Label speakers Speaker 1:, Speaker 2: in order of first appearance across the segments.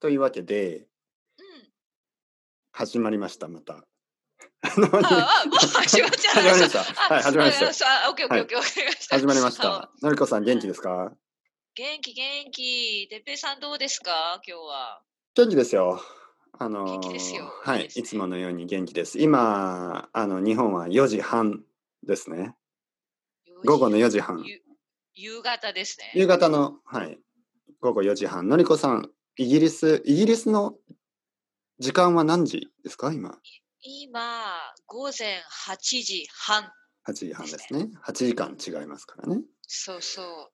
Speaker 1: というわけで、
Speaker 2: うん。
Speaker 1: 始まりました、また。 あ の
Speaker 2: ああ、もう始まっちゃう。
Speaker 1: 始まりました。 はい、始まりました。
Speaker 2: た。あ、オッケーオッケーオッケー、わかりました。
Speaker 1: 始まりまし
Speaker 2: あ。
Speaker 1: た。のりこさん、元気ですか
Speaker 2: 元気元気。てっぺいさんどうですか今日は。
Speaker 1: 元気ですよ。あのー
Speaker 2: 元気ですよ
Speaker 1: はい
Speaker 2: い
Speaker 1: い、
Speaker 2: ですね
Speaker 1: いつものように元気です。今、あの、日本は4時半ですね。午後の4時半。
Speaker 2: ゆ夕方ですね。
Speaker 1: 夕方の、はい、午後4時半。のりこさん、イギリス、イギリスの時間は何時ですか今。
Speaker 2: 今、午前8時半。
Speaker 1: 8時半ですね。8時間違いますからね。
Speaker 2: そうそう。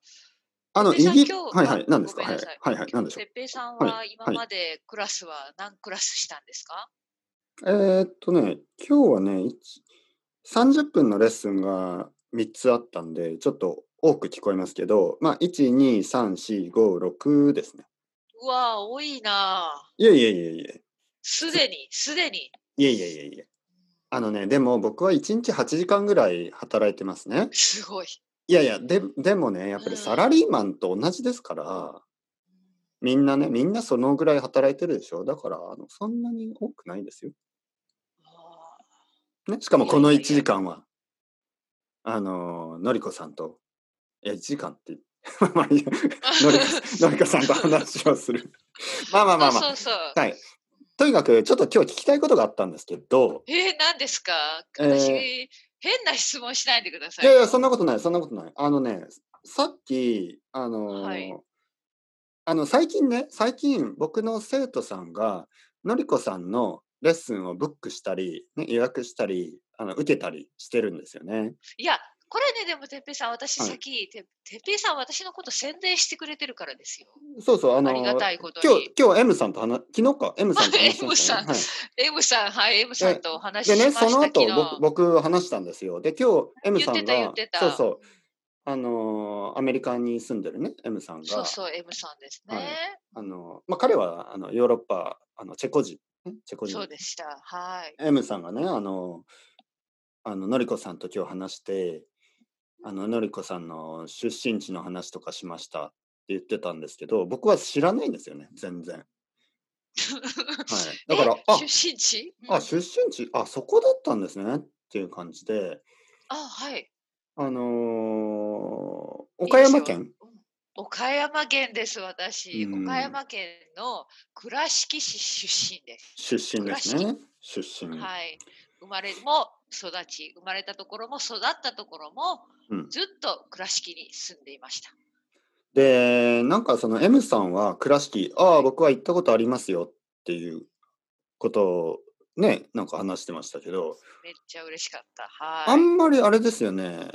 Speaker 1: あの、イ
Speaker 2: てっぺ
Speaker 1: ギ
Speaker 2: いさん
Speaker 1: リ
Speaker 2: 今日
Speaker 1: はいは
Speaker 2: あ
Speaker 1: い、何ですか
Speaker 2: ご
Speaker 1: は
Speaker 2: め
Speaker 1: い
Speaker 2: んなさい
Speaker 1: はいはい、何でしょう
Speaker 2: てっぺいさん
Speaker 1: は
Speaker 2: はい今までクラスは何クラスしたんですか
Speaker 1: えーっとね、今日はね、一30分のレッスンが3つあったんで、ちょっと多く聞こえますけど、まあ、1、2、3、4、5、6ですね。
Speaker 2: うわあ、多いなあ
Speaker 1: いえいえいえいえ。
Speaker 2: すでに、すでに。
Speaker 1: いえいえいえいえ。あのね、でも僕は1日8時間ぐらい働いてますね。
Speaker 2: すごい。
Speaker 1: いやいや、ででもね、やっぱ
Speaker 2: うん
Speaker 1: りサラリーマンと同じですから、みんなね、みんなそのぐらい働いてるでしょ。だから、あのそんなに多くないですよ。
Speaker 2: あー
Speaker 1: ね、しかもこの
Speaker 2: いやいやいや
Speaker 1: 1時間は、あのー、のりこさんと、いや、1時間って、 まあいいやのり このりこさんと話をする。まあまあまあま
Speaker 2: そうそうそう
Speaker 1: あ。はい。とにかく、ちょっと今日聞きたいことがあったんですけど、
Speaker 2: えー、何ですか
Speaker 1: えー
Speaker 2: 私、変な質問しないでくださ
Speaker 1: い
Speaker 2: いよ。
Speaker 1: やいや、そんなことない、そんなことない。あのね、さっき、あのー
Speaker 2: はい
Speaker 1: あの、最近ね、最近、僕の生徒さんが、のりこさんのレッスンをブックしたり、ね、予約したり、あの受けたりしてるんですよね。
Speaker 2: いやこれね、でも、てっぺいさん、私
Speaker 1: はい
Speaker 2: 先、ててっぺいさん、私のこと宣伝してくれてるからですよ。
Speaker 1: そうそう、あの
Speaker 2: あ
Speaker 1: ー
Speaker 2: りがたいこと
Speaker 1: 今日
Speaker 2: に。、
Speaker 1: 今日 M さんと話、昨日か、M さんと話しま
Speaker 2: M
Speaker 1: した
Speaker 2: さ
Speaker 1: ね
Speaker 2: ん
Speaker 1: はい
Speaker 2: M さん、はい、M さんとお話し
Speaker 1: で
Speaker 2: しま
Speaker 1: ね、
Speaker 2: した
Speaker 1: その後
Speaker 2: 昨日
Speaker 1: 僕、僕話したんですよ。で、今日、M
Speaker 2: 言
Speaker 1: さ
Speaker 2: っ
Speaker 1: ん
Speaker 2: て
Speaker 1: が、
Speaker 2: た、言ってた。
Speaker 1: そうそう、あのーアメリカに住んでるね、M さんが、
Speaker 2: そうそう、M さんですね。
Speaker 1: はいあのまあ、彼はあのヨーロッパ、あのチェコ人、ねチェコ人
Speaker 2: そうでした。はい。
Speaker 1: M さんがね、あの、あの、のりこさんと今日話して、あの、のりこさんの出身地の話とかしましたって言ってたんですけど、僕は知らないんですよね、全然。はい。だから、
Speaker 2: え
Speaker 1: あ
Speaker 2: 出、身地うん
Speaker 1: あ、出身地、あ、そこだったんですねっていう感じで、
Speaker 2: あはい。
Speaker 1: あのー
Speaker 2: いい
Speaker 1: 岡
Speaker 2: ですよ
Speaker 1: 山県
Speaker 2: 岡山県です、私。
Speaker 1: うん
Speaker 2: 岡山県の倉敷市出身です。
Speaker 1: 出身ですね。出身。
Speaker 2: はい。生まれも育ち、生まれたところも育ったところも、
Speaker 1: うん
Speaker 2: ずっと倉敷に住んでいました。
Speaker 1: で、なんかその M さんは倉敷、ああ、僕は行ったことありますよっていうことをね、なんか話してましたけど、
Speaker 2: めっちゃ嬉しかった。は
Speaker 1: あ
Speaker 2: い。
Speaker 1: んまりあれですよね。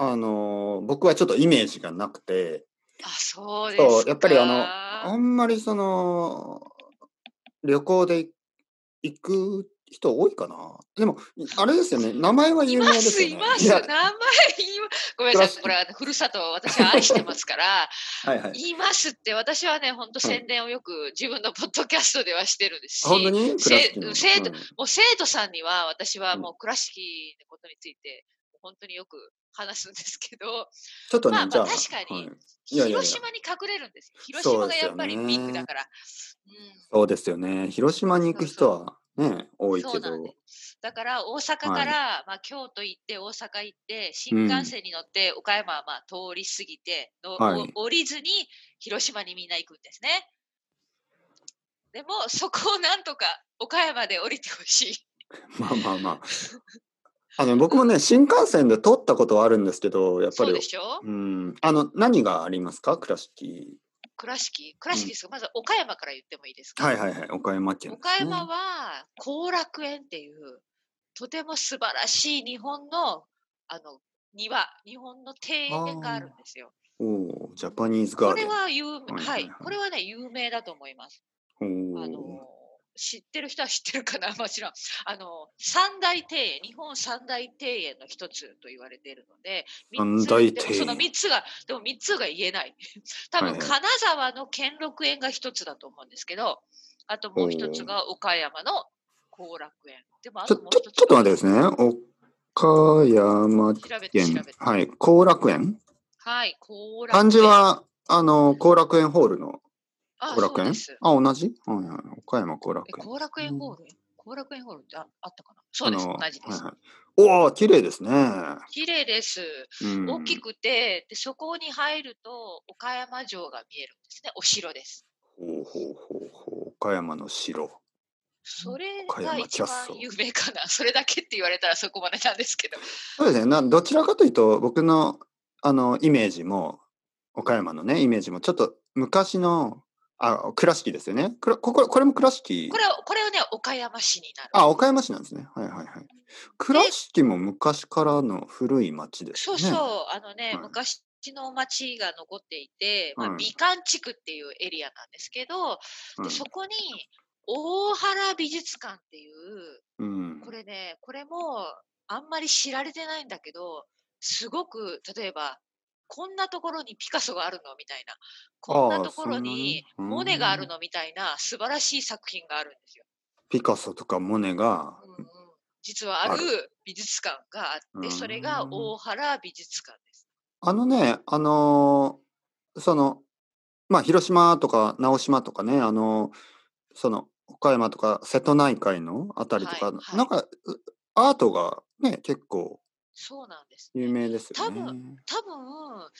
Speaker 1: あのー僕はちょっとイメージがなくて、
Speaker 2: あ、そうですか。
Speaker 1: そうやっぱりあのあんまりその、旅行で行く人多いかな。でも、あれですよ ね、名前は有
Speaker 2: い
Speaker 1: 名
Speaker 2: ま
Speaker 1: です
Speaker 2: す、
Speaker 1: よね。
Speaker 2: います。
Speaker 1: や
Speaker 2: 名前言いま、ごめん
Speaker 1: 倉
Speaker 2: なさい。
Speaker 1: 敷
Speaker 2: これはふるさとを私は愛してますから、
Speaker 1: はいはい。
Speaker 2: 言いますって、私はね、本当宣伝をよく自分のポッドキャストではしてるんですし、
Speaker 1: 本当に
Speaker 2: せ
Speaker 1: 倉敷の
Speaker 2: 生徒
Speaker 1: うん
Speaker 2: もう生徒さんには私は
Speaker 1: うん
Speaker 2: もう倉敷のことについて本当によく話すんですけど、
Speaker 1: ちょっとね、
Speaker 2: まあまあ
Speaker 1: じゃあ、
Speaker 2: 確か
Speaker 1: はい
Speaker 2: に
Speaker 1: いやいやいや
Speaker 2: 広島に隠れるんです。広
Speaker 1: そ
Speaker 2: 島
Speaker 1: うで
Speaker 2: が
Speaker 1: すよ
Speaker 2: や
Speaker 1: ね
Speaker 2: っぱりピークだから。
Speaker 1: そうですよね。広島に行く人はね、
Speaker 2: う
Speaker 1: 多
Speaker 2: ん、
Speaker 1: い
Speaker 2: そう
Speaker 1: け
Speaker 2: なんで
Speaker 1: ど。
Speaker 2: す。だから大阪から、まあ、京都行って大阪行って
Speaker 1: う
Speaker 2: 新
Speaker 1: ん
Speaker 2: 幹線に乗って岡山はまあ通り過ぎての、
Speaker 1: はい
Speaker 2: お降りずに広島にみんな行くんですね。でもそこをなんとか岡山で降りてほしい。
Speaker 1: まあまあまあ。あの僕も ね、新幹線で通ったことはあるんですけど、やっぱ
Speaker 2: そう
Speaker 1: り
Speaker 2: で、しょ、
Speaker 1: うん、あの、何がありますか倉敷。
Speaker 2: 倉敷倉敷ですか、まず岡山から言ってもいいですか、
Speaker 1: はいはいはい、岡山県、
Speaker 2: 岡山は後楽園っていうとても素晴らしい日本のあの庭日本の庭園があるんですよ。
Speaker 1: おおージャパニーズガ
Speaker 2: こ
Speaker 1: ーデ
Speaker 2: れ
Speaker 1: ン。
Speaker 2: は有名、
Speaker 1: はい
Speaker 2: は
Speaker 1: はい
Speaker 2: い、
Speaker 1: はい
Speaker 2: これはね有名だと思います。
Speaker 1: お
Speaker 2: あ
Speaker 1: ー
Speaker 2: の知ってる人は知ってるかな、 もちろん。あの三大庭園、日本三大庭園の一つと言われているので、三
Speaker 1: 三大
Speaker 2: で
Speaker 1: 庭
Speaker 2: も
Speaker 1: 園
Speaker 2: その三つが、でも三つが言えない。 多
Speaker 1: は
Speaker 2: 分
Speaker 1: いはい
Speaker 2: 金沢の兼六園が一つだと思うんですけど、あともう一つが岡山の後楽園。でもあ
Speaker 1: ちょ
Speaker 2: と
Speaker 1: ちょち
Speaker 2: もう
Speaker 1: ょ
Speaker 2: 一つ
Speaker 1: っと待ってですね。岡山
Speaker 2: 調べて調
Speaker 1: 県
Speaker 2: べて。、
Speaker 1: はい、後楽園。
Speaker 2: はい、後楽園。
Speaker 1: 漢字は、あの、後楽園ホールの
Speaker 2: あ、
Speaker 1: 後楽
Speaker 2: そう
Speaker 1: 園
Speaker 2: です
Speaker 1: あ、同じ、はいはい、岡山後楽
Speaker 2: え
Speaker 1: 園。
Speaker 2: 後楽園ホール後楽園ホールってああったかなそ
Speaker 1: あ
Speaker 2: うです、
Speaker 1: の
Speaker 2: 同
Speaker 1: はい
Speaker 2: じです。
Speaker 1: はい、おお、綺麗ですね。
Speaker 2: 綺麗です。
Speaker 1: うん、
Speaker 2: 大きくて、でそこに入ると岡山城が見えるんですね。お城です。
Speaker 1: ほうほうほうほう。岡山の城。
Speaker 2: それ
Speaker 1: 岡
Speaker 2: が
Speaker 1: 山
Speaker 2: 一
Speaker 1: キャ
Speaker 2: 番
Speaker 1: ッソル
Speaker 2: 有名かな。 それだけって言われたらそこまでなんですけど。
Speaker 1: そうですね。などちらかというと僕のあのイメージも岡山のねイメージもちょっと昔のあ倉敷ですよね。くらこここれも倉敷
Speaker 2: こ。れをこれをね岡山市になる。
Speaker 1: あ岡山市なんですね。はいはいはい。倉敷も昔からの古い町です
Speaker 2: そ
Speaker 1: よ
Speaker 2: う
Speaker 1: ね。
Speaker 2: そう、あのね、
Speaker 1: はい
Speaker 2: 昔の町が残っていて、まあ
Speaker 1: はい
Speaker 2: 美観地区っていうエリアなんですけど、
Speaker 1: は
Speaker 2: で
Speaker 1: い
Speaker 2: そこに大原美術館っていう
Speaker 1: うん
Speaker 2: これね、これもあんまり知られてないんだけど、すごく、例えば、こんなところにピカソがあるのみたいな、こんなところに
Speaker 1: そんなに
Speaker 2: モネがあるのみたいな素晴らしい作品があるんですよ。
Speaker 1: ピカソとかモネが
Speaker 2: うんうん、実はあ
Speaker 1: あ
Speaker 2: る美術館があっ
Speaker 1: う
Speaker 2: て、
Speaker 1: ん
Speaker 2: それが大原美術館です。
Speaker 1: あのね、あのーその、まあ、広島とか直島とかね、あのーその、岡山とか瀬戸内海のあたりとか、
Speaker 2: はいはい
Speaker 1: なんか、うアートがね、結構
Speaker 2: そうなんです、
Speaker 1: 有
Speaker 2: ね。
Speaker 1: 名ですよね。
Speaker 2: 多多分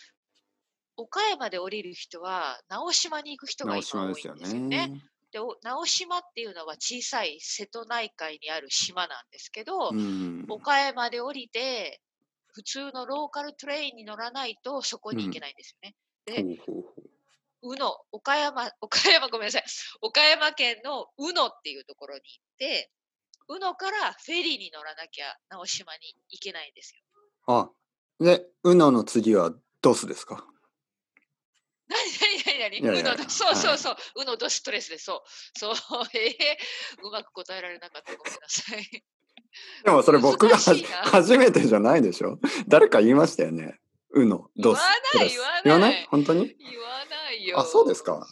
Speaker 2: 岡山で降りる人は直島に行く人が
Speaker 1: 直
Speaker 2: 今
Speaker 1: 島
Speaker 2: 多い
Speaker 1: で
Speaker 2: んですすよ
Speaker 1: よ
Speaker 2: ね。
Speaker 1: ね。
Speaker 2: でお直島っていうのは小さい瀬戸内海にある島なんですけど、
Speaker 1: うん。
Speaker 2: 岡山で降りて普通のローカルトレインに乗らないとそこに行けないんですよね。で
Speaker 1: ほうほうほう
Speaker 2: 宇野岡山 岡山ごめんなさい岡山県の宇野っていうところに行って宇野からフェリーに乗らなきゃ直島に行けないんですよ。
Speaker 1: あ、で、うのの次はドスですか。
Speaker 2: 何何何
Speaker 1: いやい
Speaker 2: 何
Speaker 1: や
Speaker 2: 宇
Speaker 1: いや
Speaker 2: 野だそうそ
Speaker 1: は
Speaker 2: う
Speaker 1: い
Speaker 2: そう宇野ドストレスでそう そうええうまく答えられなかったごめんなさい。
Speaker 1: でもそれ僕が
Speaker 2: 難しいな
Speaker 1: 初めてじゃないでしょ誰か言いましたよね。うの、ドス。
Speaker 2: 言わない
Speaker 1: プレス言わない
Speaker 2: 言わない
Speaker 1: 本当に
Speaker 2: 言わないよ。
Speaker 1: あ、そうですか。